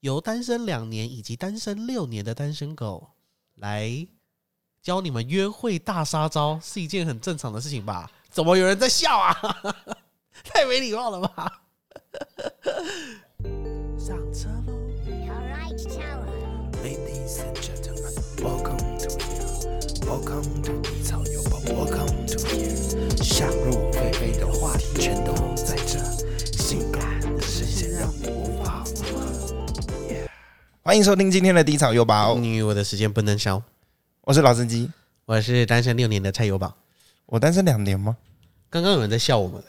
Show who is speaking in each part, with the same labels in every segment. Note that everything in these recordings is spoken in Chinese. Speaker 1: 由单身两年以及单身六年的单身狗来教你们约会大杀招，是一件很正常的事情吧？ 怎么有人在笑啊？ 太没礼貌了吧！上车喽
Speaker 2: Alright, Tower.
Speaker 3: ，Ladies and gentlemen, welcome to here, welcome to 低草油宝，welcome to here。想入非非的话题全都在这，性感的视线让你无法自拔。Yeah 欢迎收听今天的低草油宝，
Speaker 1: 你以为我的时间不能少，
Speaker 3: 哦我是老司机。
Speaker 1: 我是单身六年的蔡友宝。
Speaker 3: 我单身两年吗？
Speaker 1: 刚刚有人在笑我们，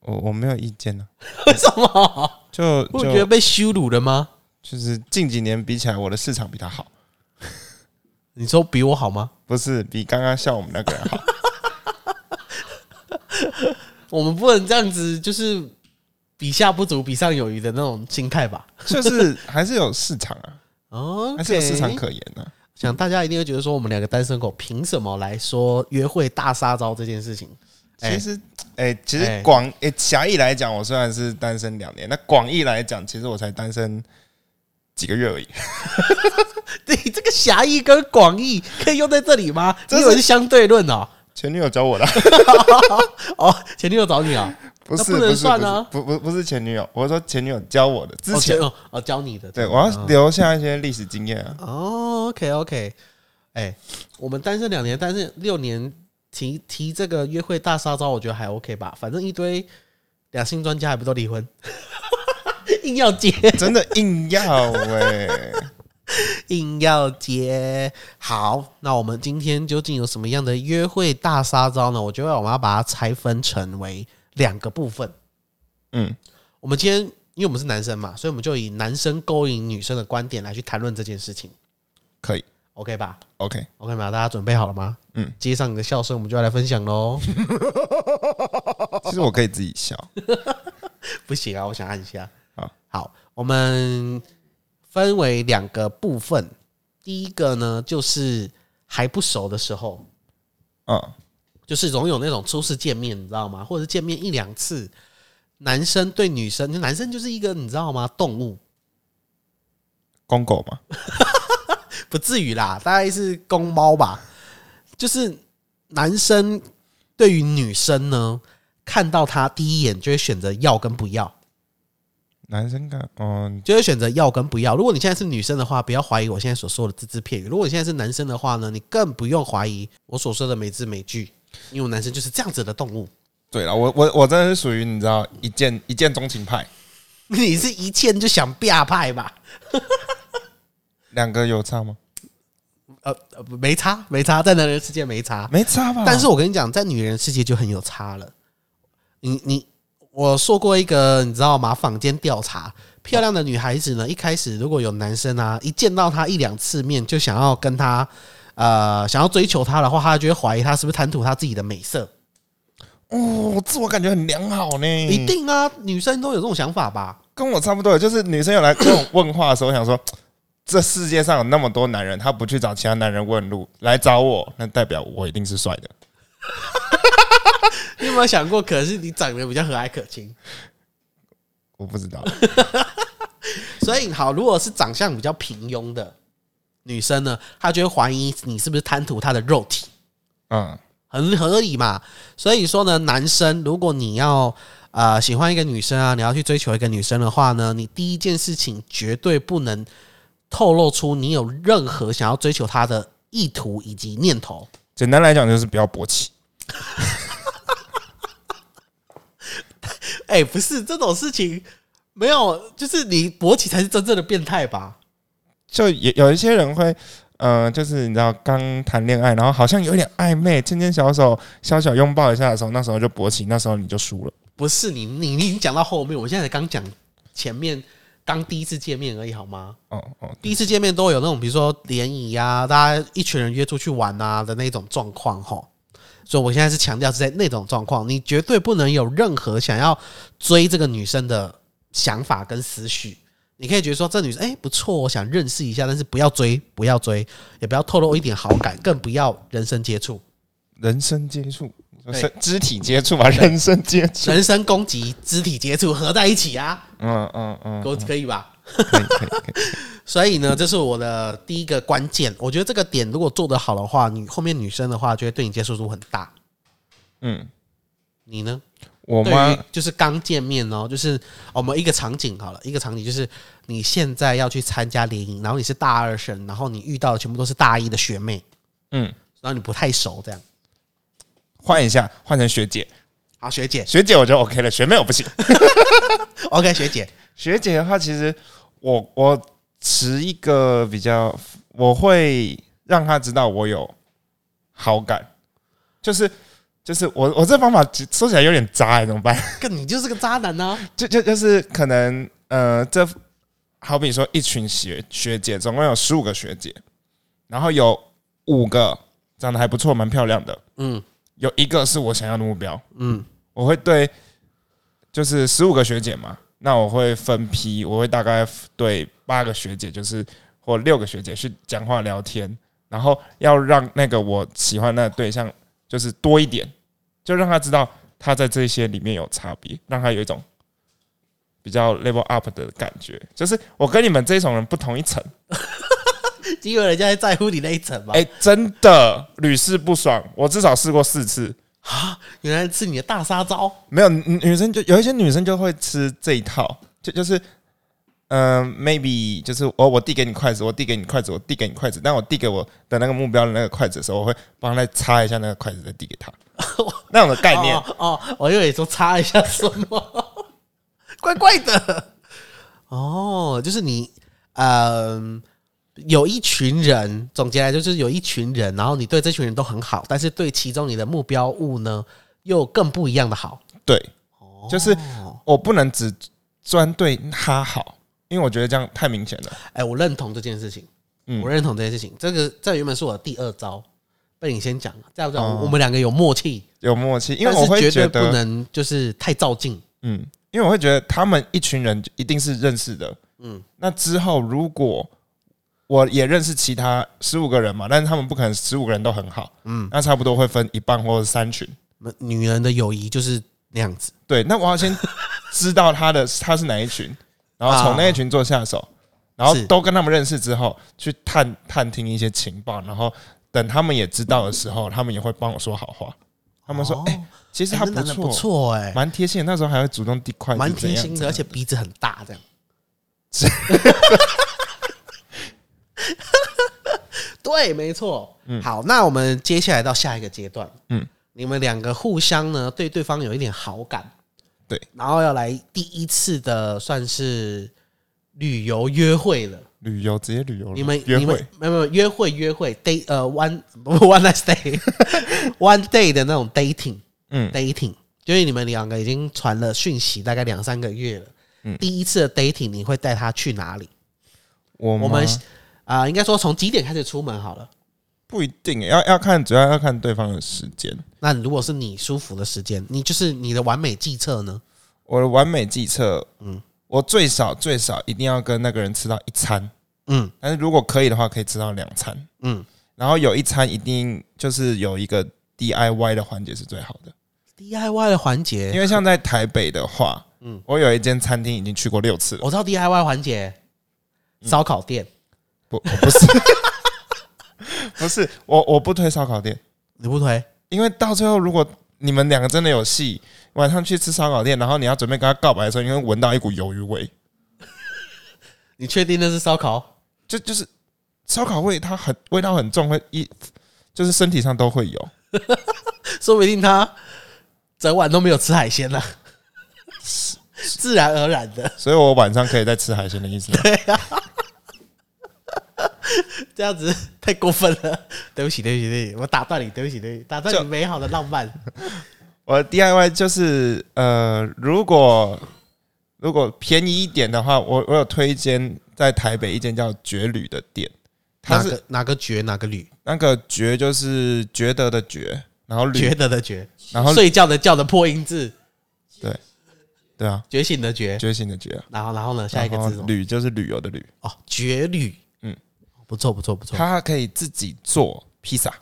Speaker 3: 我我没有意见呢、
Speaker 1: 为什么？
Speaker 3: 就
Speaker 1: 不觉得
Speaker 3: 就
Speaker 1: 被羞辱了吗？
Speaker 3: 就是近几年比起来，我的市场比他好，
Speaker 1: 你说比我好吗？
Speaker 3: 不是比刚刚笑我们那个人 好。
Speaker 1: 我们不能这样子，就是比下不足，比上有余的那种心态吧。
Speaker 3: 就是还是有市场啊，
Speaker 1: 哦，
Speaker 3: 还是有市场可言呢、啊。
Speaker 1: 想大家一定会觉得说，我们两个单身狗凭什么来说约会大杀招这件事情？ 哎
Speaker 3: 其实，哎、其实
Speaker 1: 哎
Speaker 3: 广哎、狭义来讲，我虽然是单身两年，那广义来讲，其实我才单身几个月而已。
Speaker 1: 对，这个狭义跟广义可以用在这里吗？
Speaker 3: 这
Speaker 1: 你
Speaker 3: 是
Speaker 1: 以为是相对论哦？
Speaker 3: 前女友教我的，
Speaker 1: 哦，前女友找你啊？
Speaker 3: 不是
Speaker 1: 那不能
Speaker 3: 不是
Speaker 1: 算啊
Speaker 3: 不是不不不是前女友，我说前女友教我的，之
Speaker 1: 哦
Speaker 3: 前、
Speaker 1: 哦哦，教你的。
Speaker 3: 对我要留下一些历史经验啊。
Speaker 1: 哦，OK OK，哎、我们单身两年，单身六年提提这个约会大杀招，我觉得还 OK 吧。反正一堆两性专家还不都离婚， 硬要接，
Speaker 3: 真的硬要哎、
Speaker 1: 硬要接。好，那我们今天究竟有什么样的约会大杀招呢？我觉得我们要把它拆分成为两个部分。
Speaker 3: 嗯，
Speaker 1: 我们今天因为我们是男生嘛，所以我们就以男生勾引女生的观点来去谈论这件事情
Speaker 3: 可以
Speaker 1: ，OK 吧？
Speaker 3: ，OK，
Speaker 1: OK 吗？大家准备好了吗？
Speaker 3: 嗯，
Speaker 1: 接上你的笑声，我们就要来分享喽。
Speaker 3: 其实我可以自己 笑。
Speaker 1: 不行啊，我想按一下。
Speaker 3: 好，
Speaker 1: 好，我们分为两个部分。第一个呢，就是还不熟的时候，
Speaker 3: 嗯，
Speaker 1: 就是总有那种初次见面，你知道吗？或者是见面一两次，男生对女生，男生就是一个你知道吗？动物，
Speaker 3: 公狗嘛，
Speaker 1: 不至于啦，大概是公猫吧。就是男生对于女生呢，看到她第一眼就会选择要跟不要。
Speaker 3: 男生干，嗯，
Speaker 1: 就会选择要跟不要。如果你现在是女生的话，不要怀疑我现在所说的只字片语；如果你现在是男生的话呢，你更不用怀疑我所说的每字每句，因为我男生就是这样子的动物。
Speaker 3: 对了，我我我真的是属于你知道一见一见钟情派，
Speaker 1: 你是一见就想啪派吧？
Speaker 3: 两个有差吗？
Speaker 1: 呃，呃没差，没差，在男人世界没差。
Speaker 3: 没差吧？
Speaker 1: 但是我跟你讲，在女人世界就很有差了。你你，我说过一个，你知道吗？坊间调查，漂亮的女孩子呢，一开始如果有男生啊，一见到她一两次面就想要跟她，呃，想要追求她的话，她就会怀疑她是不是贪图她自己的美色。
Speaker 3: 哦，自我感觉很良好呢，
Speaker 1: 一定啊，女生都有这种想法吧？
Speaker 3: 跟我差不多。就是女生有来 跟我问话的时候，我想说，这世界上有那么多男人，他不去找其他男人问路，来找我，那代表我一定是帅的。
Speaker 1: 你有没有想过，可能是你长得比较和蔼可亲？
Speaker 3: 我不知 道，
Speaker 1: 所以好，如果是长相比较平庸的女生呢，她就会怀疑你是不是贪图她的肉体。
Speaker 3: 嗯，
Speaker 1: 很合理嘛。所以说呢，男生如果你要呃喜欢一个女生啊，你要去追求一个女生的话呢，你第一件事情绝对不能透露出你有任何想要追求她的意图以及念头。
Speaker 3: 简单来讲就是不要勃起。
Speaker 1: 哎、不是这种事情，没有，就是你勃起才是真正的变态吧？
Speaker 3: 就也有一些人会，呃，就是你知道刚谈恋爱，然后好像有点暧昧，牵牵小手，小小拥抱一下的时候，那时候就勃起，那时候你就输了。
Speaker 1: 不是你，你你已经讲到后面，我现在才刚讲前面，刚第一次见面而已，好吗？
Speaker 3: 哦哦，
Speaker 1: 第一次见面都有那种，比如说联谊啊，大家一群人约出去玩啊的那种状况吼。所以我现在是强调是在那种状况，你绝对不能有任何想要追这个女生的想法跟思绪。你可以觉得说这女生哎、不错，我想认识一下，但是不要追，不要追，也不要透露一点好感，更不要人身接触、
Speaker 3: 人身接触，你说
Speaker 1: 对
Speaker 3: 身肢体接触吧，人身接触。
Speaker 1: 人身攻击、肢体接触合在一起啊，
Speaker 3: 嗯嗯嗯，
Speaker 1: 可可以吧？
Speaker 3: 可以可以可以，
Speaker 1: 所以呢，这是我的第一个关键。我觉得这个点如果做得好的话，你后面女生的话就会对你接受度很大。
Speaker 3: 嗯，
Speaker 1: 你呢？
Speaker 3: 我
Speaker 1: 对
Speaker 3: 妈
Speaker 1: 于就是刚见面哦，就是我们一个场景好了，一个场景就是你现在要去参加联谊，然后你是大二生，然后你遇到的全部都是大一的学妹，
Speaker 3: 嗯
Speaker 1: 然后你不太熟这样
Speaker 3: 换一下，换成学姐，
Speaker 1: 啊，学姐
Speaker 3: 学姐我就 OK 了，学妹我不行。
Speaker 1: ，OK，学姐，
Speaker 3: 学姐的话，其实我我持一个比较，我会让她知道我有好感，就是就是我我这方法说起来有点渣、欸，怎么办？
Speaker 1: 跟你就是个渣男啊呢、
Speaker 3: 就就就是可能呃，这好比说一群学学姐，总共有十五个学姐，然后有五个长得还不错，蛮漂亮的，
Speaker 1: 嗯
Speaker 3: 有一个是我想要的目标，
Speaker 1: 嗯
Speaker 3: 我会对，就是十五个学姐嘛，那我会分批，我会大概对八个学姐，就是或六个学姐去讲话聊天，然后要让那个我喜欢的对象就是多一点，就让他知道他在这些里面有差别，让他有一种比较 level up 的感觉。就是我跟你们这种人不同一层，
Speaker 1: 因为人家在乎你那一层嘛。
Speaker 3: 哎、真的屡试不爽，我至少试过四次。
Speaker 1: 啊，原来是你的大杀招。
Speaker 3: 没有女女生就有一些女生就会吃这一套，就就是，嗯、m a y b e 就是我我递给你筷子，我递给你筷子，我递给你筷子，但我递给我的那个目标的那个筷子的时候，我会帮他擦一下那个筷子，再递给他， 那种的概念。
Speaker 1: 哦哦，我以为你说擦一下什 么，怪怪的。哦，就是你，嗯、有一群人，总结来就是有一群人，然后你对这群人都很好，但是对其中你的目标物呢，又更不一样的好。
Speaker 3: 对，就是我不能只专对他好，因为我觉得这样太明显了。
Speaker 1: 哎、我认同这件事情，
Speaker 3: 嗯
Speaker 1: 我认同这件事情。这个这原本是我的第二招，被你先讲了，这样这样，我们两个有默契，
Speaker 3: 有默契，哦因为
Speaker 1: 但
Speaker 3: 我
Speaker 1: 是
Speaker 3: 会
Speaker 1: 绝
Speaker 3: 觉
Speaker 1: 对不
Speaker 3: 得，
Speaker 1: 能就是太照镜。
Speaker 3: 嗯，因为我会觉得他们一群人一定是认识的，
Speaker 1: 嗯
Speaker 3: 嗯，那之后如果我也认识其他十五个人嘛，但是他们不可能十五个人都很好，嗯，那差不多会分一半或者三群，
Speaker 1: 女人的友谊就是那样子。
Speaker 3: 对，那我要先知道他的 他是哪一群，然后从那一群做下手，然后
Speaker 1: 啊是
Speaker 3: 都跟他们认识之后，去探探听一些情报，然后等他们也知道的时候，他们也会帮我说好话，他们说，哎、其实
Speaker 1: 欸
Speaker 3: 他
Speaker 1: 那男的
Speaker 3: 不
Speaker 1: 不
Speaker 3: 错。
Speaker 1: 错哎、
Speaker 3: 蛮贴心的，那时候还会主动递筷子，
Speaker 1: 蛮贴心
Speaker 3: 怎
Speaker 1: 的，
Speaker 3: 样
Speaker 1: 而且鼻子很大， 这样。对，没错。好，那我们接下来到下一个阶段。
Speaker 3: 嗯，
Speaker 1: 你们两个互相呢对对方有一点好感，
Speaker 3: 对，
Speaker 1: 然后要来第一次的算是旅游约会了。
Speaker 3: 旅游直接旅游了，
Speaker 1: 你们
Speaker 3: 约
Speaker 1: 你
Speaker 3: 会
Speaker 1: 们没有没有约会约会 day 呃 one 不 one night stay one day 的那种 dating
Speaker 3: 嗯
Speaker 1: dating，就是你们两个已经传了讯息大概两三个月了。
Speaker 3: 嗯
Speaker 1: 第一次的 dating 你会带他去哪里？
Speaker 3: 我
Speaker 1: 我们
Speaker 3: 吗
Speaker 1: 啊、应该说从几点开始出门好了？
Speaker 3: 不一定欸，要要看，主要要看对方的时间。
Speaker 1: 那如果是你舒服的时间，你就是你的完美计策呢？
Speaker 3: 我的完美计策，嗯，我最少最少一定要跟那个人吃到一餐，
Speaker 1: 嗯
Speaker 3: 但是如果可以的话，可以吃到两餐，
Speaker 1: 嗯
Speaker 3: 然后有一餐一定就是有一个 DIY 的环节是最好的，
Speaker 1: ，DIY 的环
Speaker 3: 因
Speaker 1: 节，
Speaker 3: 为像在台北的话，嗯，我有一间餐厅已经去过六次了，
Speaker 1: 我知道 DIY 环节，
Speaker 3: 嗯
Speaker 1: 烧烤店，
Speaker 3: 不我 不是，不是我我不推烧烤店，
Speaker 1: 你不推？
Speaker 3: 因为到最后，如果你们两个真的有戏，晚上去吃烧烤店，然后你要准备跟他告白的时候，你会闻到一股鱿鱼味，
Speaker 1: 你确定那是烧烤？
Speaker 3: 就就是烧烤味，它很味道很重，会一就是身体上都会有。
Speaker 1: 说不定他整晚都没有吃海鲜呢、自然而然的，
Speaker 3: 所以我晚上可以再吃海鲜的意思吗。
Speaker 1: 这样子太过分了。对不起，对不起，对不起，我打断你，对不起，对不起，打断
Speaker 3: 就
Speaker 1: 你美好的浪漫。
Speaker 3: 我的 DIY 就是呃，如果如果便宜一点的话，我我有推一间在台北一间叫绝旅的店，它
Speaker 1: 哪
Speaker 3: 是
Speaker 1: 个哪个绝哪个旅，
Speaker 3: 那个绝就是觉得的觉，然后
Speaker 1: 觉
Speaker 3: 旅，
Speaker 1: 得的觉，
Speaker 3: 然后
Speaker 1: 睡觉的觉的破音字，
Speaker 3: 对对啊，
Speaker 1: 觉醒的觉。
Speaker 3: 觉醒的觉啊，
Speaker 1: 然后然后呢，下一个字哦是什
Speaker 3: 然
Speaker 1: 么？
Speaker 3: 后旅就是旅游的旅，
Speaker 1: 哦，绝旅。嗯
Speaker 3: 嗯，
Speaker 1: 不错不错不错。
Speaker 3: 它可以自己做披萨，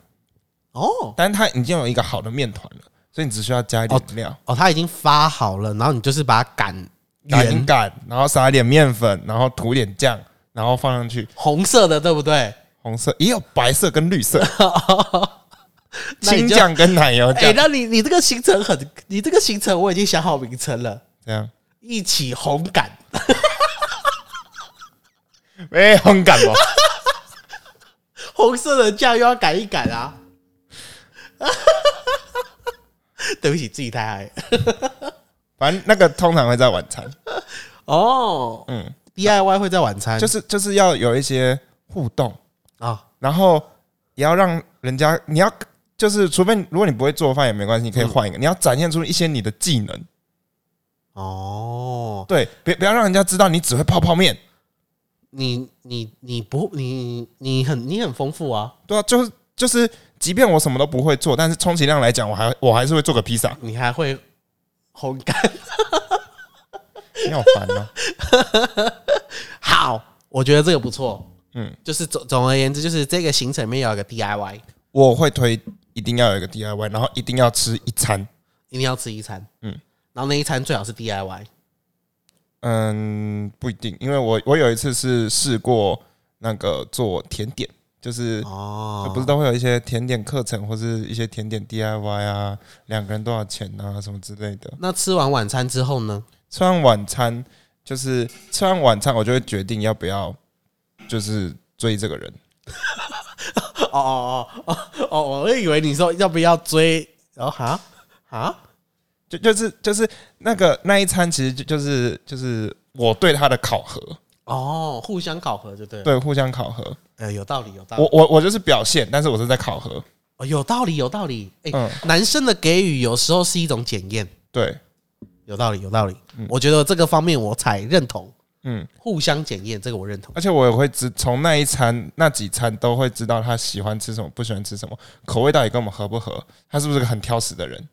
Speaker 1: 哦
Speaker 3: 但是它已经有一个好的面团了，所以你只需要加一点料。
Speaker 1: 哦，他已经发好了，然后你就是把它擀
Speaker 3: 打
Speaker 1: 圆
Speaker 3: 银杆，然后撒一点面粉，然后涂一点酱，然后放上去。
Speaker 1: 红色的对不对？
Speaker 3: 红色也有白色跟绿色，
Speaker 1: 那你
Speaker 3: 青
Speaker 1: 就
Speaker 3: 酱跟奶油
Speaker 1: 哎、
Speaker 3: 酱，
Speaker 1: 那你你这个行程很，你这个行程我已经想好名称了，
Speaker 3: 这样
Speaker 1: 一起红感。
Speaker 3: 没红哎感哦吧？
Speaker 1: 红色的酱又要改一改啊！ 对不起，自己太嗨
Speaker 3: 反正那个通常会在晚餐，
Speaker 1: 哦。
Speaker 3: 嗯，
Speaker 1: DIY 会在晚餐，
Speaker 3: 就是是就是要有一些互动，
Speaker 1: 啊、
Speaker 3: 然后也要让人家，你要就是，除非如果你不会做饭也没关系，
Speaker 1: 嗯
Speaker 3: 你可以换一个，你要展现出一些你的技能，
Speaker 1: 哦，
Speaker 3: 对，别不要让人家知道你只会泡泡面，
Speaker 1: 你你你不你你很你很丰富啊，
Speaker 3: 对啊，就是就是，即便我什么都不会做，但是充其量来讲，我还我还是会做个披萨，
Speaker 1: 你还会烘干。
Speaker 3: 你好烦哦，
Speaker 1: 好，我觉得这个不错。
Speaker 3: 嗯，
Speaker 1: 就是总总而言之，就是这个行程里面要有一个 DIY，
Speaker 3: 我会推一定要有一个 DIY，然后一定要吃一餐，
Speaker 1: 一定要吃一餐。
Speaker 3: 嗯，
Speaker 1: 然后那一餐最好是 DIY。
Speaker 3: 嗯，不一定，因为我我有一次是试过那个做甜点，就是
Speaker 1: 哦
Speaker 3: 就呃不是都会有一些甜点课程或是一些甜点 DIY 啊，两个人多少钱啊，什么之类的。
Speaker 1: 那吃完晚餐之后呢？
Speaker 3: 吃完晚餐就是吃完晚餐，我就会决定要不要就是追这个人。
Speaker 1: 哦哦哦哦哦，我以为你说要不要追，然后哈哈，
Speaker 3: 就就是就是那个那一餐，其实就就是就是我对他的考核，
Speaker 1: 哦，互相考核就对了。，
Speaker 3: 对互相考核。
Speaker 1: 呃，有道理，有道理
Speaker 3: 我，我我就是表现，但是我是在考核。
Speaker 1: 哦有道理，有道理。哎、
Speaker 3: 嗯
Speaker 1: 男生的给予有时候是一种检验，
Speaker 3: 对，
Speaker 1: 有道理，有道理。我觉得这个方面我才认同，
Speaker 3: 嗯，
Speaker 1: 互相检验，这个我认同。
Speaker 3: 而且我也会知从那一餐那几餐都会知道他喜欢吃什么，不喜欢吃什么，口味到底跟我们合不合，他是不是个很挑食的人，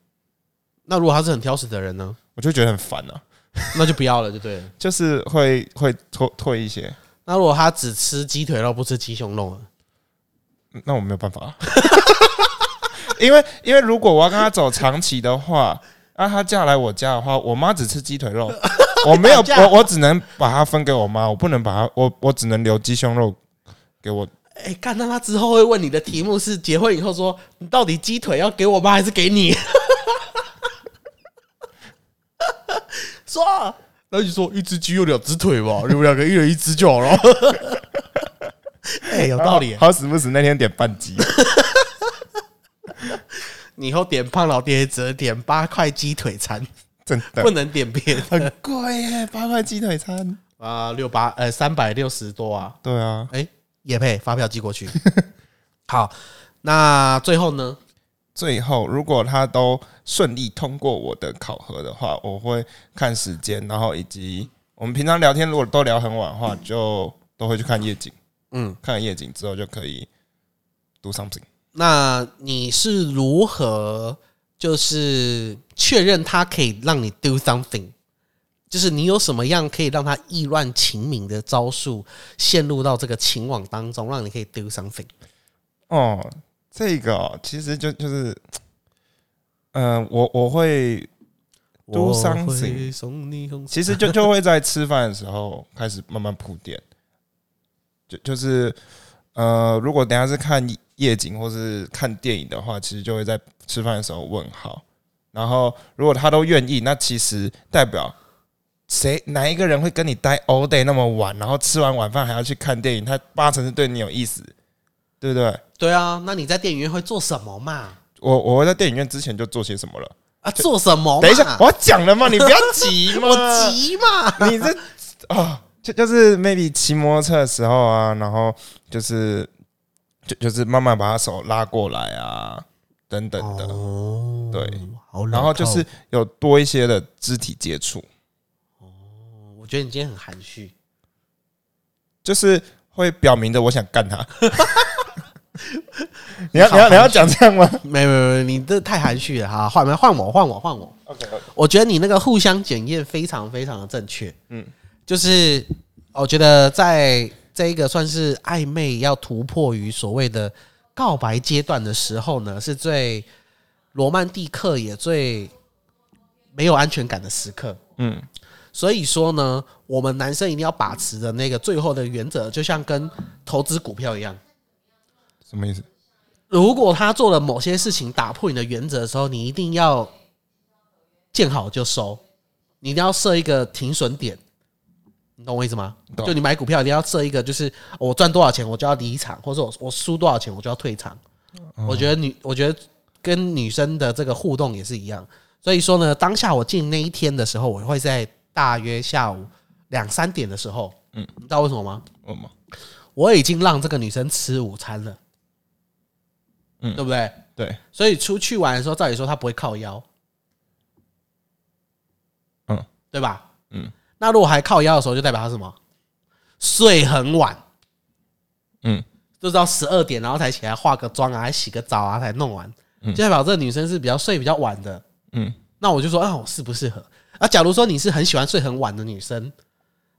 Speaker 1: 那如果他是很挑食的人呢，
Speaker 3: 我就觉得很烦啊，
Speaker 1: 那就不要了，就对了。
Speaker 3: 就是会会退退一些，
Speaker 1: 那如果他只吃鸡腿肉不吃鸡胸肉呢？
Speaker 3: 嗯那我没有办法、啊， 因为因为如果我要跟他走长期的话，那他嫁来我家的话，我妈只吃鸡腿 肉，我没有
Speaker 1: 打架
Speaker 3: 我我只能把它分给我妈，我不能把它我我只能留鸡胸肉给我，
Speaker 1: 哎、看到他之后会问你的题目是结婚以后说你到底鸡腿要给我妈还是给你？ 说、啊，然后就说一只鸡有两只腿嘛， 你们两个一人一只就好了。 哎、有道理耶。
Speaker 3: 好死不死那天点半鸡，
Speaker 1: 你以后点胖老爹只能点八块鸡腿 餐，
Speaker 3: 真的
Speaker 1: 不能点别的
Speaker 3: 很贵耶，八块鸡腿餐。
Speaker 1: 啊，六八呃三百六十多啊。
Speaker 3: 对啊，
Speaker 1: 哎、也配发票寄过 去。好，那最后呢？
Speaker 3: 最后如果他都顺利通过我的考核的话，我会看时间，然后以及我们平常聊天，如果都聊很晚的话，就都会去看夜景。
Speaker 1: 嗯，
Speaker 3: 看了夜景之后就可以 do something。
Speaker 1: 那你是如何就是确认他可以让你 do something？就是你有什么样可以让他意乱情迷的招数，陷入到这个情网当中，让你可以 do something？
Speaker 3: 哦，这个、哦、其实就就是，嗯、我我会 Do
Speaker 1: 我
Speaker 3: something
Speaker 1: 会送你红
Speaker 3: 其实就就会在吃饭的时候开始慢慢铺垫，就就是呃，如果等一下是看夜景或是看电影的话，其实就会在吃饭的时候问好。然后如果他都愿意，那其实代表谁哪一个人会跟你待 all day 那么晚，然后吃完晚饭还要去看电影，他八成是对你有意思，对不对？
Speaker 1: 对啊，那你在电影院会做什么嘛？
Speaker 3: 我我会在电影院之前就做些什么了？
Speaker 1: 啊，做什么嘛？
Speaker 3: 等一下，我要讲了嘛，你不要急 嘛，
Speaker 1: 我急嘛。
Speaker 3: 你这啊，就就是 maybe 骑摩托车的时候啊，然后就是就就是慢慢把他手拉过来啊，等等的，
Speaker 1: 哦
Speaker 3: 对，
Speaker 1: 好冷
Speaker 3: 然后就是有多一些的肢体接触，
Speaker 1: 哦我觉得你今天很含蓄。
Speaker 3: 就是会表明的我想干 他。你要你要你要讲这样吗
Speaker 1: 没没没，你这太含蓄了哈，换没换我换我换我，
Speaker 3: ？OK，
Speaker 1: 我觉得你那个互相检验非常非常的正确，嗯
Speaker 3: 嗯，
Speaker 1: 就是我觉得在这一个算是暧昧要突破于所谓的告白阶段的时候呢，是最罗曼蒂克也最没有安全感的时刻，
Speaker 3: 嗯，
Speaker 1: 所以说呢，我们男生一定要把持的那个最后的原则，就像跟投资股票一样，
Speaker 3: 什么意思？
Speaker 1: 如果他做了某些事情打破你的原则的时候，你一定要见好就收，你一定要设一个停损点，你懂我意思吗？
Speaker 3: 懂
Speaker 1: 就你买股票，你要设一个，就是我赚多少钱我就要离场，或者我我输多少钱我就要退场。我觉得女，我觉得跟女生的这个互动也是一样。所以说呢，当下我进那一天的时候，我会在大约下午两三点的时候，嗯，你知道为什么吗？
Speaker 3: 我吗？
Speaker 1: 我已经让这个女生吃午餐了，
Speaker 3: 嗯
Speaker 1: 对不对？
Speaker 3: 对，
Speaker 1: 所以出去玩的时候，照理说他不会靠腰，
Speaker 3: 嗯，
Speaker 1: 对吧？
Speaker 3: 嗯，
Speaker 1: 那如果还靠腰的时候，就代表他什么？睡很晚，
Speaker 3: 嗯，
Speaker 1: 就是到十二点，然后才起来化个妆啊，还洗个澡啊，才弄完，
Speaker 3: 嗯
Speaker 1: 就代表这个女生是比较睡比较晚的。
Speaker 3: 嗯，
Speaker 1: 那我就说，啊，我适不适合？啊，假如说你是很喜欢睡很晚的女生，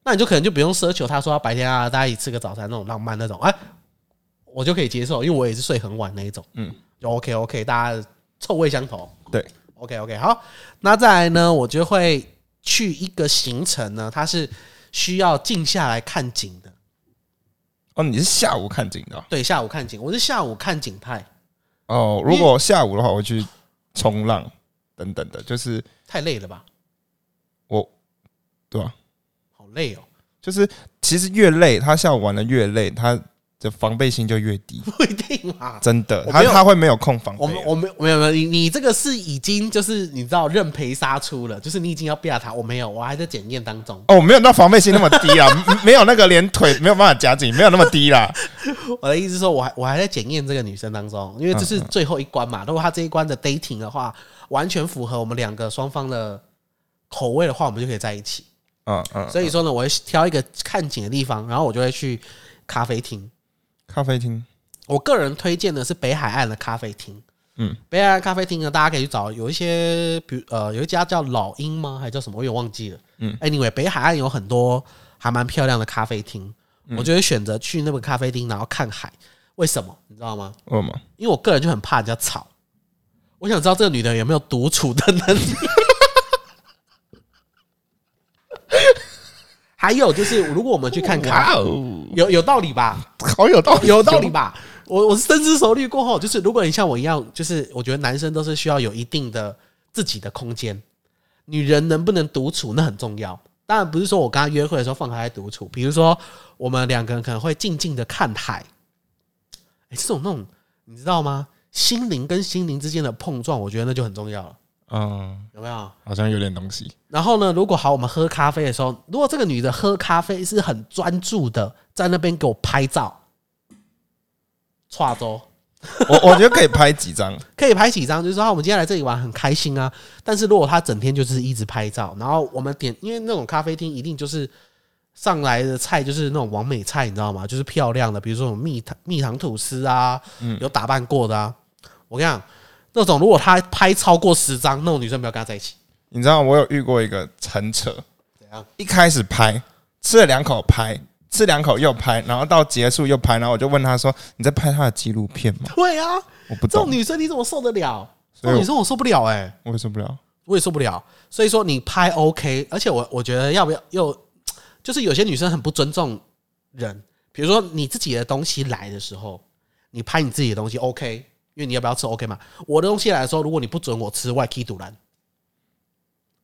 Speaker 1: 那你就可能就不用奢求她说要白天啊，大家一起吃个早餐那种浪漫那种，哎、我就可以接受，因为我也是睡很晚那一种。
Speaker 3: 嗯，
Speaker 1: 就 OK OK，大家臭味相投。
Speaker 3: 对
Speaker 1: ，OK OK，好，那再来呢，我就会去一个行程呢，它是需要静下来看景的。
Speaker 3: 哦，你是下午看景的哦
Speaker 1: 对，下午看景，我是下午看景派，
Speaker 3: 哦。如果下午的话，我会去冲浪等等的，就是
Speaker 1: 太累了吧？
Speaker 3: 我，对啊，
Speaker 1: 好累哦，
Speaker 3: 就是其实越累，他下午玩的越累，他的防备心就越 低，
Speaker 1: 不一定嘛。
Speaker 3: 真的，
Speaker 1: 我
Speaker 3: 他
Speaker 1: 没有
Speaker 3: 他会没有空防备
Speaker 1: 我们
Speaker 3: 了。
Speaker 1: 我们没有没有，你你这个是已经就是你知道认赔杀出了，就是你已经要变他，我没有，我还在检验当中。
Speaker 3: 哦，我没有到防备心那么低啊，没没有那个连腿没有办法夹紧，没有那么 低啦。
Speaker 1: 我的意思是说，我还我还在检验这个女生当中，因为这
Speaker 3: 嗯
Speaker 1: 是最后一关嘛。如果她这一关的 dating 的话，完全符合我们两个双方的口味的话，我们就可以在一起。
Speaker 3: 嗯嗯，
Speaker 1: 所以说呢，我会挑一个看景的地方，然后我就会去咖啡厅。
Speaker 3: 咖啡厅，
Speaker 1: 我个人推荐的是北海岸的咖啡厅。
Speaker 3: 嗯，
Speaker 1: 北海岸咖啡厅啊呢，大家可以去找，有一些，比如呃，有一家叫老鹰吗？还叫什么？我也忘记了。
Speaker 3: 嗯
Speaker 1: ，anyway，北海岸有很多还蛮漂亮的咖啡厅，
Speaker 3: 嗯
Speaker 1: 我就会选择去那个咖啡厅，然后看海。为什么？你知道吗？
Speaker 3: 为什么？
Speaker 1: 因为我个人就很怕人家吵，我想知道这个女的有没有独处的能力。 还有就是，如果我们去看
Speaker 3: 哇
Speaker 1: 咖，
Speaker 3: 哦，
Speaker 1: 有有道理吧？
Speaker 3: 好有道理，
Speaker 1: 有道理。哦吧？我我是深思熟虑过后，就是如果你像我一样，就是我觉得男生都是需要有一定的自己的空间，女人能不能独处那很重要。当然不是说我跟她约会的时候放她来独处，比如说我们两个人可能会静静的看海，哎、这种那种你知道吗？心灵跟心灵之间的碰撞，我觉得那就很重要了，
Speaker 3: 嗯，
Speaker 1: 有没有？
Speaker 3: 好像有点东西。
Speaker 1: 然后呢，如果好，我们喝咖啡的时候，如果这个女的喝咖啡是很专注的，在那边给我拍照，歘周
Speaker 3: 我我觉得可以拍几张，
Speaker 1: 可以拍几张，就是说、啊、我们今天来这里玩很开心啊。但是如果她整天就是一直拍照，然后我们点，因为那种咖啡厅一定就是上来的菜就是那种完美菜，你知道吗？就是漂亮的，比如说有蜜糖蜜糖吐司啊，有打扮过的啊。我跟你讲，那种如果她拍超过十张，那种女生不要跟她在一起。
Speaker 3: 你知道我有遇过一个很扯，
Speaker 1: 怎样？
Speaker 3: 一开始拍吃了两口拍，吃两口又拍，然后到结束又拍，然后我就问他说：“你在拍他的纪录片吗
Speaker 1: 对啊，？”
Speaker 3: 我不
Speaker 1: 这种
Speaker 3: 懂，
Speaker 1: 女生你怎么受得了？这
Speaker 3: 所以
Speaker 1: 种
Speaker 3: 我
Speaker 1: 女生我受不了哎、
Speaker 3: 我也受不了。
Speaker 1: 我也受不了。所以说你拍 OK，而且我我觉得要不要又就是有些女生很不尊重人，比如说你自己的东西来的时候，你拍你自己的东西 OK，因为你要不要吃 OK 嘛？我的东西来的时候，如果你不准我吃，外 K 堵拦，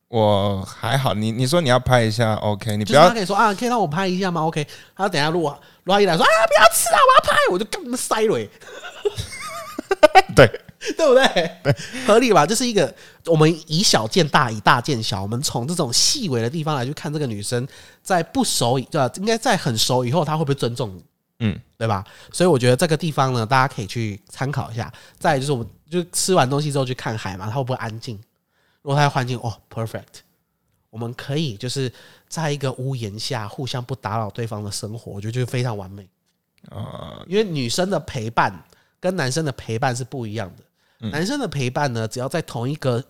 Speaker 3: 我还好，你你说你要拍一下，OK，你
Speaker 1: 就
Speaker 3: 不
Speaker 1: 是他
Speaker 3: 要
Speaker 1: 可以说啊，可以让我拍一下吗？OK，他等一下如果如果他一来说啊不要吃啊，我要拍，我就跟他们塞蕊。
Speaker 3: 对，
Speaker 1: 对不对？合理吧？这是一个我们以小见大，以大见小。我们从这种细微的地方来去看这个女生，在不熟以对吧？应该在很熟以后，她会不会尊重你？
Speaker 3: 嗯，
Speaker 1: 对吧？所以我觉得这个地方呢，大家可以去参考一下。再来就是我们就吃完东西之后去看海嘛，它会不会安静？如果它的环境哦，perfect，我们可以就是在一个屋檐下互相不打扰对方的生活，我觉得就是非常完美。
Speaker 3: 呃，
Speaker 1: 因为女生的陪伴跟男生的陪伴是不一样的。男生的陪伴呢，只要在同一个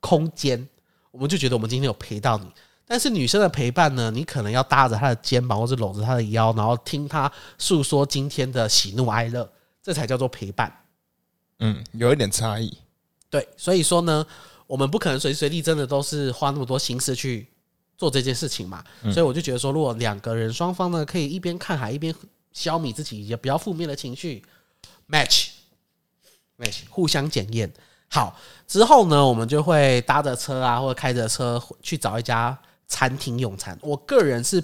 Speaker 1: 空间，我们就觉得我们今天有陪到你。但是女生的陪伴呢，你可能要搭着她的肩膀，或者搂着她的腰，然后听她诉说今天的喜怒哀乐，这才叫做陪伴。
Speaker 3: 嗯，有一点差异。
Speaker 1: 对，所以说呢，我们不可能随时随地真的都是花那么多心思去做这件事情嘛，所以我就觉得说，如果两个人双方呢，可以一边看海一边消弭自己也比较负面的情绪，match match 互相检验。好，之后呢，我们就会搭着车啊，或者开着车去找一家餐厅用餐。我个人是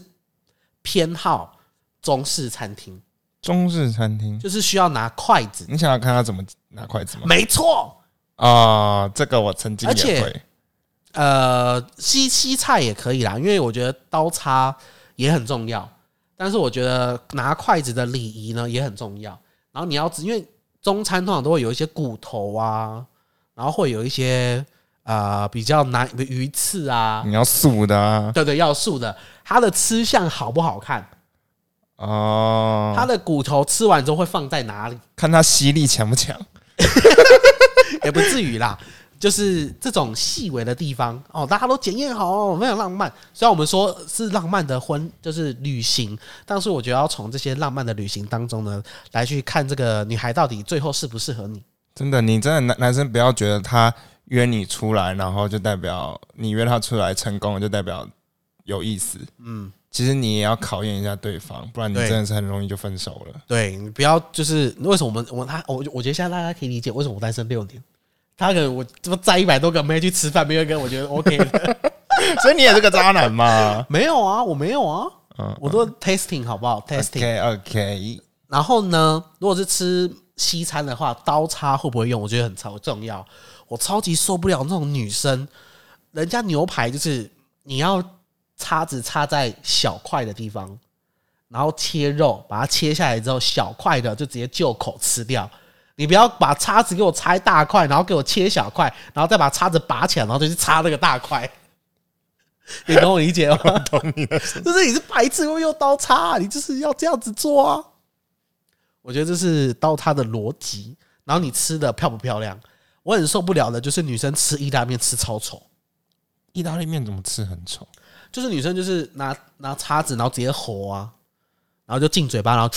Speaker 1: 偏好中式餐厅，
Speaker 3: 中式餐厅，
Speaker 1: 就是需要拿筷子。
Speaker 3: 你想要看他怎么拿筷子吗？
Speaker 1: 没错，
Speaker 3: 啊，这个我曾经
Speaker 1: 而且
Speaker 3: 也会，
Speaker 1: 呃，西西菜也可以啦，因为我觉得刀叉也很重要，但是我觉得拿筷子的礼仪呢也很重要。然后你要知，因为中餐通常都会有一些骨头啊，然后会有一些呃比较难鱼刺啊，
Speaker 3: 你要素的啊，
Speaker 1: 对对，要素的，它的吃相好不好看，它
Speaker 3: 哦，
Speaker 1: 的骨头吃完之后会放在哪里，
Speaker 3: 看他吸力强不强。
Speaker 1: 也不至于啦。就是这种细微的地方哦，大家都检验好哦，非常浪漫。虽然我们说是浪漫的婚，就是旅行，但是我觉得要从这些浪漫的旅行当中呢，来去看这个女孩到底最后适不适合你。
Speaker 3: 真的，你真的男男生不要觉得他约你出来，然后就代表你约他出来成功了，就代表有意思。嗯，其实你也要考验一下对方，不然你
Speaker 1: 对
Speaker 3: 真的是很容易就分手了。
Speaker 1: 对你不要就是为什么我们我他我我觉得现在大家可以理解为什么我单身六年，他可能我这么载一百多个妹去吃饭，没有一个我觉得 OK 的，
Speaker 3: 所以你也是个渣男嘛
Speaker 1: 没有啊，我没有啊，
Speaker 3: 嗯
Speaker 1: 我都 testing 好不好？testing
Speaker 3: ？OK OK，
Speaker 1: 然后呢，如果是吃西餐的话，刀叉会不会用？我觉得很超重要。我超级受不了那种女生，人家牛排就是你要叉子插在小块的地方，然后切肉，把它切下来之后，小块的就直接就口吃掉。你不要把叉子给我拆大块，然后给我切小块，然后再把叉子拔起来，然后就去插那个大块。你懂我理解吗？ 懂你的，就是你是白痴，会用刀叉啊、你就是要这样子做啊。我觉得这是刀叉的逻辑。然后你吃的漂不漂亮？我很受不了的就是女生吃意大利面吃超丑，
Speaker 3: 意大利面怎么吃很丑？
Speaker 1: 就是女生就是拿拿叉子，然后直接吼啊，然后就进嘴巴，然后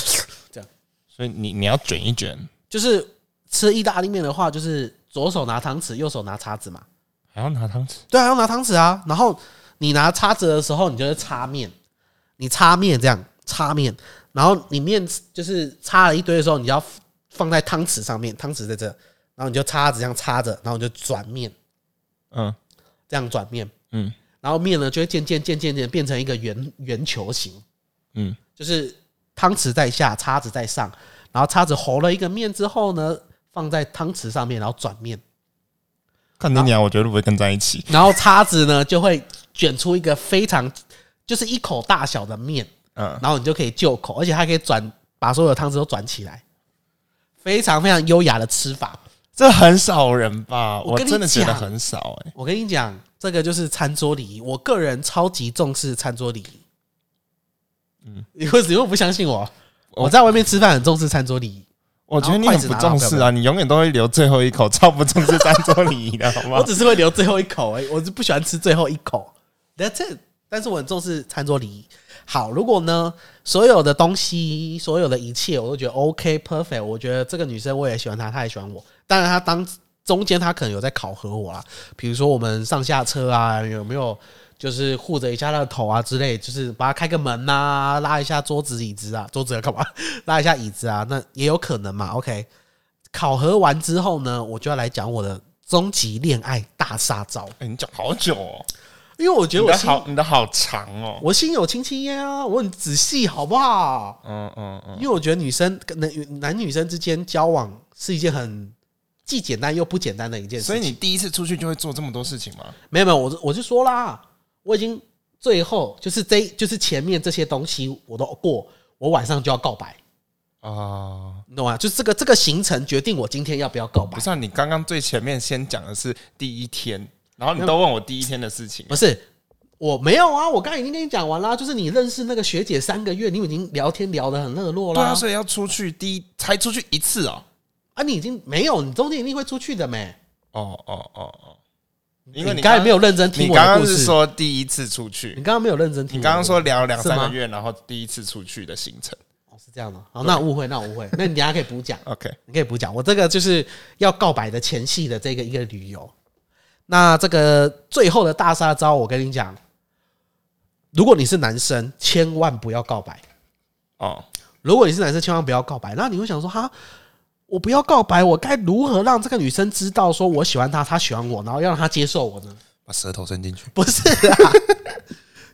Speaker 1: 这样。
Speaker 3: 所以你你要卷一卷，
Speaker 1: 就是吃意大利面的话，就是左手拿汤匙，右手拿叉子嘛。
Speaker 3: 还要拿汤匙。
Speaker 1: 对啊，要拿汤匙啊。然后你拿叉子的时候，你就是擦面，你擦面这样擦面，然后你面就是擦了一堆的时候，你要放在汤匙上面，汤匙在这，然后你就叉子这样插着，然后你就转面，
Speaker 3: 嗯
Speaker 1: 这样转面，
Speaker 3: 嗯
Speaker 1: 然后面呢就会渐渐渐渐渐变成一个圆圆球形，
Speaker 3: 嗯，
Speaker 1: 就是汤匙在下，叉子在上，然后叉子和了一个面之后呢，放在汤匙上面，然后转面。
Speaker 3: 看你俩，我绝对不会跟在一起。
Speaker 1: 然后叉子呢就会卷出一个非常就是一口大小的面，
Speaker 3: 嗯，
Speaker 1: 然后你就可以就口，而且它可以转把所有的汤汁都转起来，非常非常优雅的吃法。
Speaker 3: 这很少人吧？
Speaker 1: 我
Speaker 3: 我
Speaker 1: 跟你
Speaker 3: 真的觉得
Speaker 1: 讲
Speaker 3: 很少哎、
Speaker 1: 我跟你讲，这个就是餐桌礼仪，我个人超级重视餐桌礼仪。嗯，你为什么不相信我？
Speaker 3: 我
Speaker 1: 我在外面吃饭很重视餐桌礼仪，
Speaker 3: 我觉得你很不重视
Speaker 1: 然后筷子拿到
Speaker 3: 啊，你永远都会留最后一口，超不重视餐桌礼仪的好
Speaker 1: 我
Speaker 3: 吗？
Speaker 1: 只是会留最后一口而已，我是不喜欢吃最后一口。That's it。但是我很重视餐桌礼仪。好，如果呢，所有的东西，所有的一切，我都觉得 OK perfect。我觉得这个女生我也喜欢她，她也喜欢我。当然，她当中间她可能有在考核我啦，比如说我们上下车啊，有没有就是护着一下她的头啊之类，就是把她开个门呐、拉一下桌子椅子啊，桌子要干嘛？ 拉一下椅子啊，那也有可能嘛。OK，考核完之后呢，我就要来讲我的终极恋爱大杀招，
Speaker 3: 哎、你讲好久哦，
Speaker 1: 因为我觉得
Speaker 3: 你
Speaker 1: 我
Speaker 3: 的
Speaker 1: 心
Speaker 3: 好，你的好长哦。
Speaker 1: 我心有戚戚焉啊，我很仔细，好不好？
Speaker 3: 嗯嗯嗯，
Speaker 1: 因为我觉得女生男男女生之间交往是一件很既简单又不简单的一件事情，
Speaker 3: 所以你第一次出去就会做这么多事情吗？
Speaker 1: 没有没有，我就我就说啦，我已经最后就是这就是前面这些东西我都过，我晚上就要告白，
Speaker 3: 啊、
Speaker 1: 你懂吗？就是这个这个行程决定我今天要不要告白
Speaker 3: 不。是、啊，你刚刚最前面先讲的是第一天，然后你都问我第一天的事情
Speaker 1: 不，是，我没有啊，我刚才已经跟你讲完啦，就是你认识那个学姐三个月，你们已经聊天聊得很热络
Speaker 3: 对
Speaker 1: 啦
Speaker 3: 啊，。所以要出去第一才出去一次哦。
Speaker 1: 啊，你已经没有，你中间一定会出去的没？
Speaker 3: 哦哦哦哦，因为
Speaker 1: 你刚才没有认真
Speaker 3: 你
Speaker 1: 听我
Speaker 3: 刚
Speaker 1: 的故
Speaker 3: 刚
Speaker 1: 事，
Speaker 3: 是说第一次出
Speaker 1: 你
Speaker 3: 去，
Speaker 1: 刚刚没有认真听我的故事。
Speaker 3: 你刚刚说聊两
Speaker 1: 是
Speaker 3: 三
Speaker 1: 吗
Speaker 3: 个月，然后第一次出去的行程。
Speaker 1: 哦是这样的，好，那我误会，那我误会，那你等一下可以补讲。
Speaker 3: OK，
Speaker 1: 你可以不讲，我这个就是要告白的前戏的这个一个旅游。那这个最后的大杀招，我跟你讲，如果你是男生，千万不要告白。
Speaker 3: 哦，
Speaker 1: 如果你是男生，千万不要告白。那你会想说，哈，我不要告白，我该如何让这个女生知道说我喜欢她，她喜欢我，然后要让她接受我呢？
Speaker 4: 把舌头伸进去，
Speaker 1: 不是啊，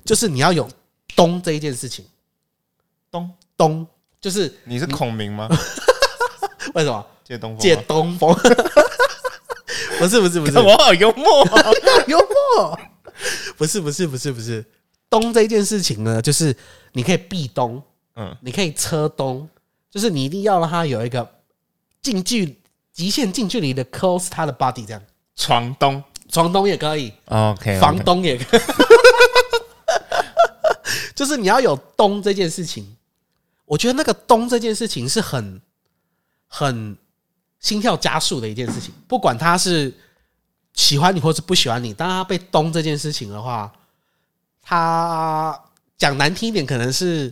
Speaker 1: 就是你要有懂这一件事情，
Speaker 3: 东，
Speaker 1: 懂就是
Speaker 3: 你是孔明吗？
Speaker 1: 为什么
Speaker 3: 借东风
Speaker 1: 借
Speaker 3: 吗，
Speaker 1: 东风？ 不是不是不是，
Speaker 3: 我好幽默哦。
Speaker 1: 幽默。不是不是不是不是，东这件事情呢，就是你可以避东，
Speaker 3: 嗯，
Speaker 1: 你可以车东，就是你一定要让他有一个近距极限近距离的 close 他的 body 这样，
Speaker 3: 床东
Speaker 1: 床东也可以，
Speaker 3: ，OK，
Speaker 1: 房东也 可以，就是你要有东这件事情。我觉得那个东这件事情是很很心跳加速的一件事情，不管他是喜欢你或是不喜欢你，当他被东这件事情的话，他讲难听一点，可能是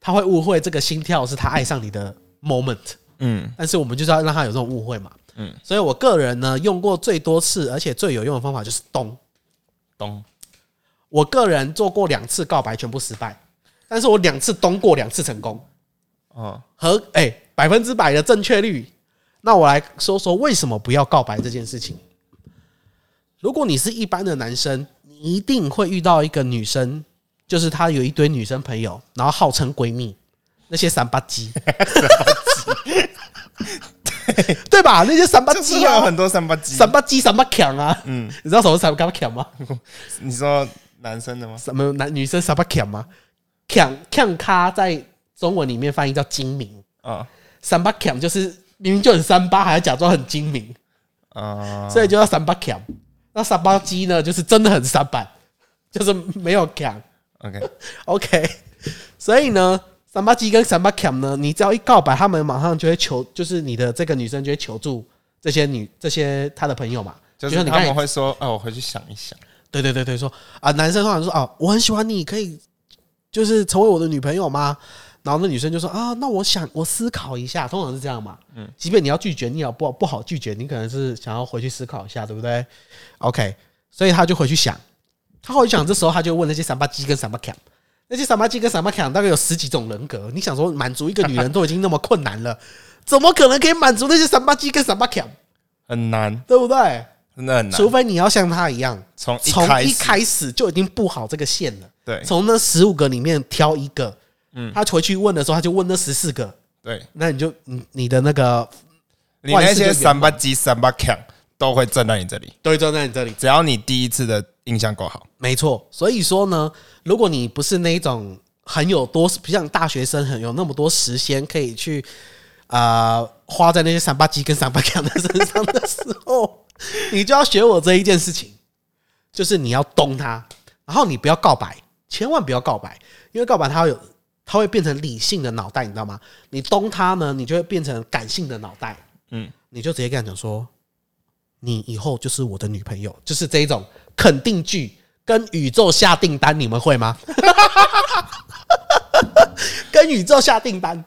Speaker 1: 他会误会这个心跳是他爱上你的 moment。
Speaker 3: 嗯，
Speaker 1: 但是我们就是要让他有这种误会嘛。嗯
Speaker 3: 嗯，
Speaker 1: 所以我个人呢，用过最多次而且最有用的方法就是咚。
Speaker 3: 东，
Speaker 1: 我个人做过两次告白，全部失败，但是我两次咚过，两次成功，
Speaker 3: 哦，
Speaker 1: 和哎百分之百的正确率。那我来说说为什么不要告白这件事情。如果你是一般的男生，你一定会遇到一个女生，就是她有一堆女生朋友，然后号称闺蜜，那些三八鸡，对吧？那些三八
Speaker 3: 就是
Speaker 1: 鸡
Speaker 3: 会有
Speaker 1: 啊，
Speaker 3: 很多三八鸡，
Speaker 1: 三八鸡三八强啊，嗯，你知道什么是三八强吗？
Speaker 3: 你说男生的吗？
Speaker 1: 什么男女生什么强吗？强强咖在中文里面翻译叫精明，
Speaker 3: 啊
Speaker 1: 三八强就是明明就很三八，还要假装很精明，
Speaker 3: 啊，
Speaker 1: 所以就叫三八强。那三八鸡呢，就是真的很三八，就是没有强。
Speaker 3: OK，
Speaker 1: OK，所以呢，三八鸡跟三八 cam 呢，你只要一告白，他们马上就会求，就是你的这个女生就会求助这些女这些她的朋友嘛，
Speaker 3: 就是
Speaker 1: 你
Speaker 3: 他
Speaker 1: 看
Speaker 3: 们会说，哦，我回去想一想。
Speaker 1: 对对对对，说啊，男生通常说啊，我很喜欢你，可以就是成为我的女朋友吗？然后那女生就说啊，那我想我思考一下，通常是这样嘛。嗯，即便你要拒绝，你也不不好拒绝，你可能是想要回去思考一下，对不对？OK，所以他就回去想，他回去想，这时候他就问那些三八鸡跟三八 cam，那些三八鸡跟三八 cam 大概有十几种人格，你想说满足一个女人都已经那么困难了，怎么可能可以满足那些三八鸡跟三八 cam，
Speaker 3: 很难，
Speaker 1: 对不对？
Speaker 3: 真的很难
Speaker 1: 除。非你要像他一样。
Speaker 3: 从一
Speaker 1: 从
Speaker 3: 开
Speaker 1: 一
Speaker 3: 始，
Speaker 1: 开始就已经布好这个线了。
Speaker 3: 对
Speaker 1: 从那十五个里面挑一个，嗯，他回去问的时候，他就问那十四个，
Speaker 3: 对，
Speaker 1: 那你就你你的那个
Speaker 3: 你那些三八鸡、三八 c 都会站在你这里，
Speaker 1: 对就在你这里，
Speaker 3: 只要你第一次的印象够好。
Speaker 1: 没错。所以说呢，如果你不是那一种很有多，不像大学生很有那么多时间可以去呃花在那些三八鸡跟三八强的身上的时候，你就要学我这一件事情，就是你要懂他，然后你不要告白，千万不要告白，因为告白它会有，它会变成理性的脑袋，你知道吗？你懂他呢，你就会变成感性的脑袋，
Speaker 3: 嗯，
Speaker 1: 你就直接跟他讲说，你以后就是我的女朋友，就是这一种肯定句。跟宇宙下订单，你们会吗？ 跟宇宙下订单，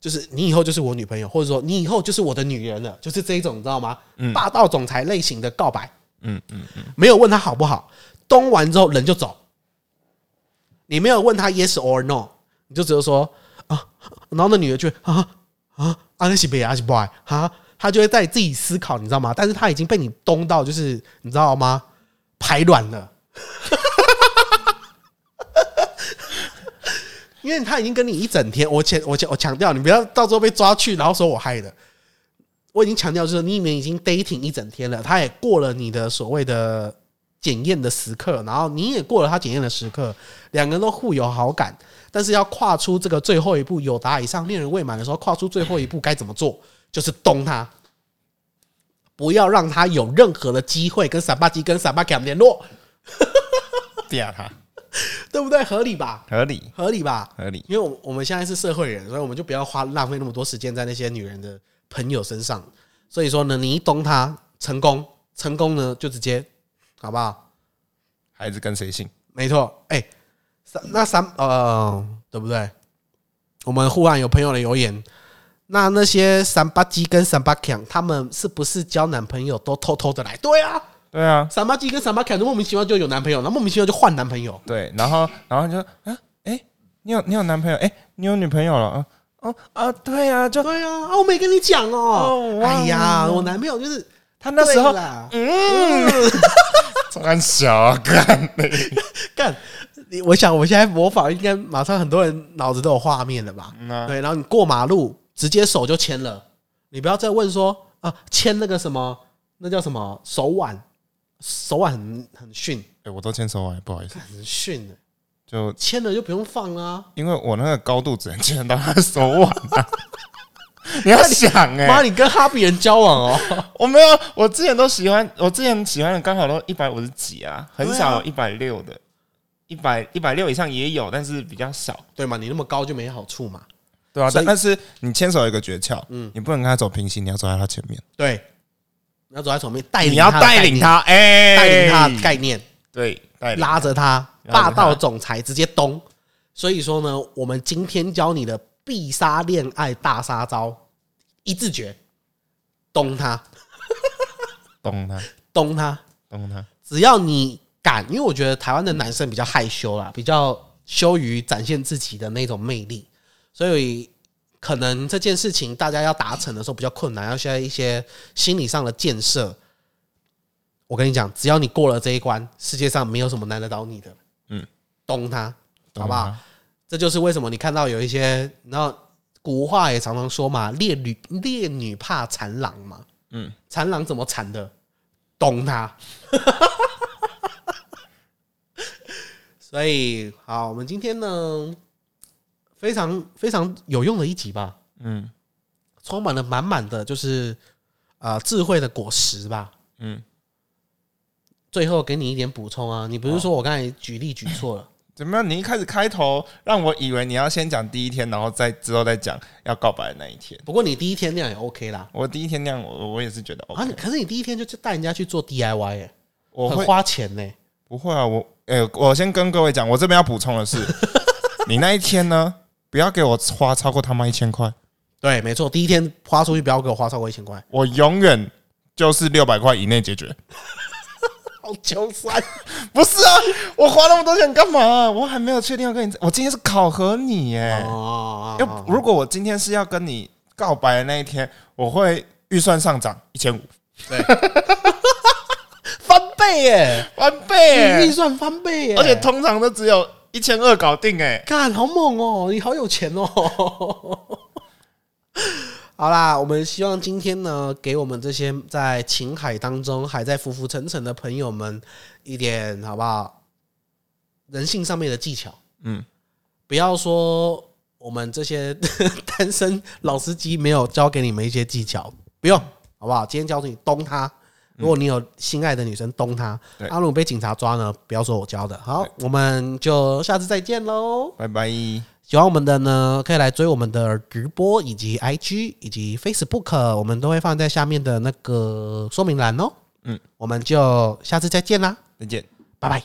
Speaker 1: 就是你以后就是我女朋友，或者说你以后就是我的女人了，就是这一种，你知道吗？霸道总裁类型的告白，
Speaker 3: 嗯嗯，
Speaker 1: 没有问他好不好，咚完之后人就走，你没有问他 yes or no，你就只有说啊，然后那女的就会 啊啊啊那是北啊是 boy 啊，她就会在自己思考，你知道吗？但是她已经被你咚到，就是你知道吗？排卵了。 因为他已经跟你一整天，我强我强我强调，你不要到时候被抓去，然后说我害的。我已经强调，就是你们已经 dating 一整天了，他也过了你的所谓的检验的时刻，然后你也过了他检验的时刻，两个人都互有好感，但是要跨出这个最后一步，有达以上恋人未满的时候，跨出最后一步该怎么做？就是咚他，不要让他有任何的机会跟三八鸡跟三八 cam 联络，
Speaker 3: 掉他，
Speaker 1: 对不对？合理吧？
Speaker 3: 合理
Speaker 1: 合理吧？
Speaker 3: 合理。
Speaker 1: 因为我我们现在是社会人，所以我们就不要花浪费那么多时间在那些女人的朋友身上。所以说呢，你一懂她成功，成功呢就直接，好不好？
Speaker 3: 孩子跟谁姓？
Speaker 1: 没错，哎、三那三呃，对不对？我们忽然有朋友的留言，那那些三八鸡跟三八强，他们是不是交男朋友都偷偷的来？对啊，
Speaker 3: 对啊，
Speaker 1: 傻妈鸡跟傻妈凯就莫名其妙就有男朋友，然后莫名其妙就换男朋友，
Speaker 3: 对，然后然后你就啊，哎、你有你有男朋友？哎、你有女朋友了？啊哦啊，对啊，就
Speaker 1: 对啊，啊我没跟你讲
Speaker 3: 哦
Speaker 1: 哦
Speaker 3: 我忘，了
Speaker 1: 哎呀，我男朋友就是
Speaker 3: 他那时候
Speaker 1: 对啦
Speaker 3: 嗯，很小啊干
Speaker 1: 干，你我想我现在模仿，应该马上很多人脑子都有画面了吧？
Speaker 3: 那
Speaker 1: 对，然后你过马路直接手就牵了，你不要再问说啊牵那个什么，那叫什么手腕，手腕很很逊，
Speaker 3: 哎、我都牵手腕，不好意思，
Speaker 1: 很逊的，
Speaker 3: 就
Speaker 1: 牵了就不用放啊。
Speaker 3: 因为我那个高度只能牵到他的手腕、啊。你要想哎、
Speaker 1: 妈，你跟哈比人交往哦，
Speaker 3: 我没有，我之前都喜欢，我之前喜欢的刚好都一百五十几啊，很少有一百六的，一百一百六以上也有，但是比较少。
Speaker 1: 对嘛？你那么高就没好处嘛。
Speaker 3: 对啊，
Speaker 1: 所以
Speaker 3: 但但是你牵手有一个诀窍，嗯，你不能跟他走平行，你要走在他前面，
Speaker 1: 对，你要走在前面，带领
Speaker 3: 你要
Speaker 1: 他的
Speaker 3: 带领他，哎，
Speaker 1: 概念，带领他的概念，
Speaker 3: 对，带领
Speaker 1: 拉着他，
Speaker 3: 拉着
Speaker 1: 霸
Speaker 3: 他
Speaker 1: 道总裁直接咚。所以说呢，我们今天教你的必杀恋爱大杀招，一字诀，咚他，
Speaker 3: 懂他，
Speaker 1: 咚他，
Speaker 3: 懂他，
Speaker 1: 只要你敢，因为我觉得台湾的男生比较害羞啦，比较羞于展现自己的那种魅力，所以可能这件事情大家要达成的时候比较困难，要需要一些心理上的建设。我跟你讲，只要你过了这一关，世界上没有什么难得倒你的。
Speaker 3: 嗯，
Speaker 1: 懂他，
Speaker 3: 懂
Speaker 1: 好不好
Speaker 3: 他？？
Speaker 1: 这就是为什么你看到有一些，然后古话也常常说嘛，烈女烈女怕缠郎嘛，
Speaker 3: 嗯，
Speaker 1: 缠郎怎么缠的？懂他。所以好，我们今天呢，非常非常有用的一集吧，
Speaker 3: 嗯
Speaker 1: 充满了满满的就是啊、呃智慧的果实吧。
Speaker 3: 嗯，
Speaker 1: 最后给你一点补充啊，你不是说我刚才举例举错 了？
Speaker 3: 怎么样？你一开始开头让我以为你要先讲第一天，然后再之后再讲要告白的那一天。
Speaker 1: 不过你第一天那样也 OK 啦。
Speaker 3: 我第一天那样，我我也是觉得 OK，、
Speaker 1: 啊，你可是你第一天就就带人家去做 DIY 哎、
Speaker 3: 我
Speaker 1: 很
Speaker 3: 会
Speaker 1: 花钱呢、
Speaker 3: 不会啊，我诶、我先跟各位讲，我这边要补充的是， 你那一天呢，不要给我花超过他妈一千块，
Speaker 1: 对，没错，第一天花出去不要给我花超过一千 块，
Speaker 3: 我永远就是六百块以内解决。
Speaker 1: 好穷酸。
Speaker 3: 不是啊，我花那么多钱干嘛、啊我还没有确定要跟你，我今天是考核你耶、
Speaker 1: 哦，
Speaker 3: 要、如果我今天是要跟你告白的那一天，我会预算上涨一千五，
Speaker 1: 翻倍耶、
Speaker 3: 翻倍
Speaker 1: 你
Speaker 3: 耶、
Speaker 1: 预算翻倍耶、
Speaker 3: 而且通常都只有一千二搞定哎、
Speaker 1: 干好猛哦、你好有钱哦、 好啦，我们希望今天呢，给我们这些在情海当中还在浮浮沉沉的朋友们一点好不好？人性上面的技巧，
Speaker 3: 嗯，
Speaker 1: 不要说我们这些 单身老司机没有教给你们一些技巧，不用，好不好？今天教你咚她，如果你有心爱的女生咚她，
Speaker 3: 嗯对
Speaker 1: 阿鲁被警察抓呢，不要说我教的。好，我们就下次再见喽。
Speaker 3: 拜拜。
Speaker 1: 喜欢我们的呢，可以来追我们的直播，以及 IG，以及 Facebook，我们都会放在下面的那个说明栏哦。
Speaker 3: 嗯，
Speaker 1: 我们就下次再见啦，
Speaker 3: 再见。
Speaker 1: 拜拜。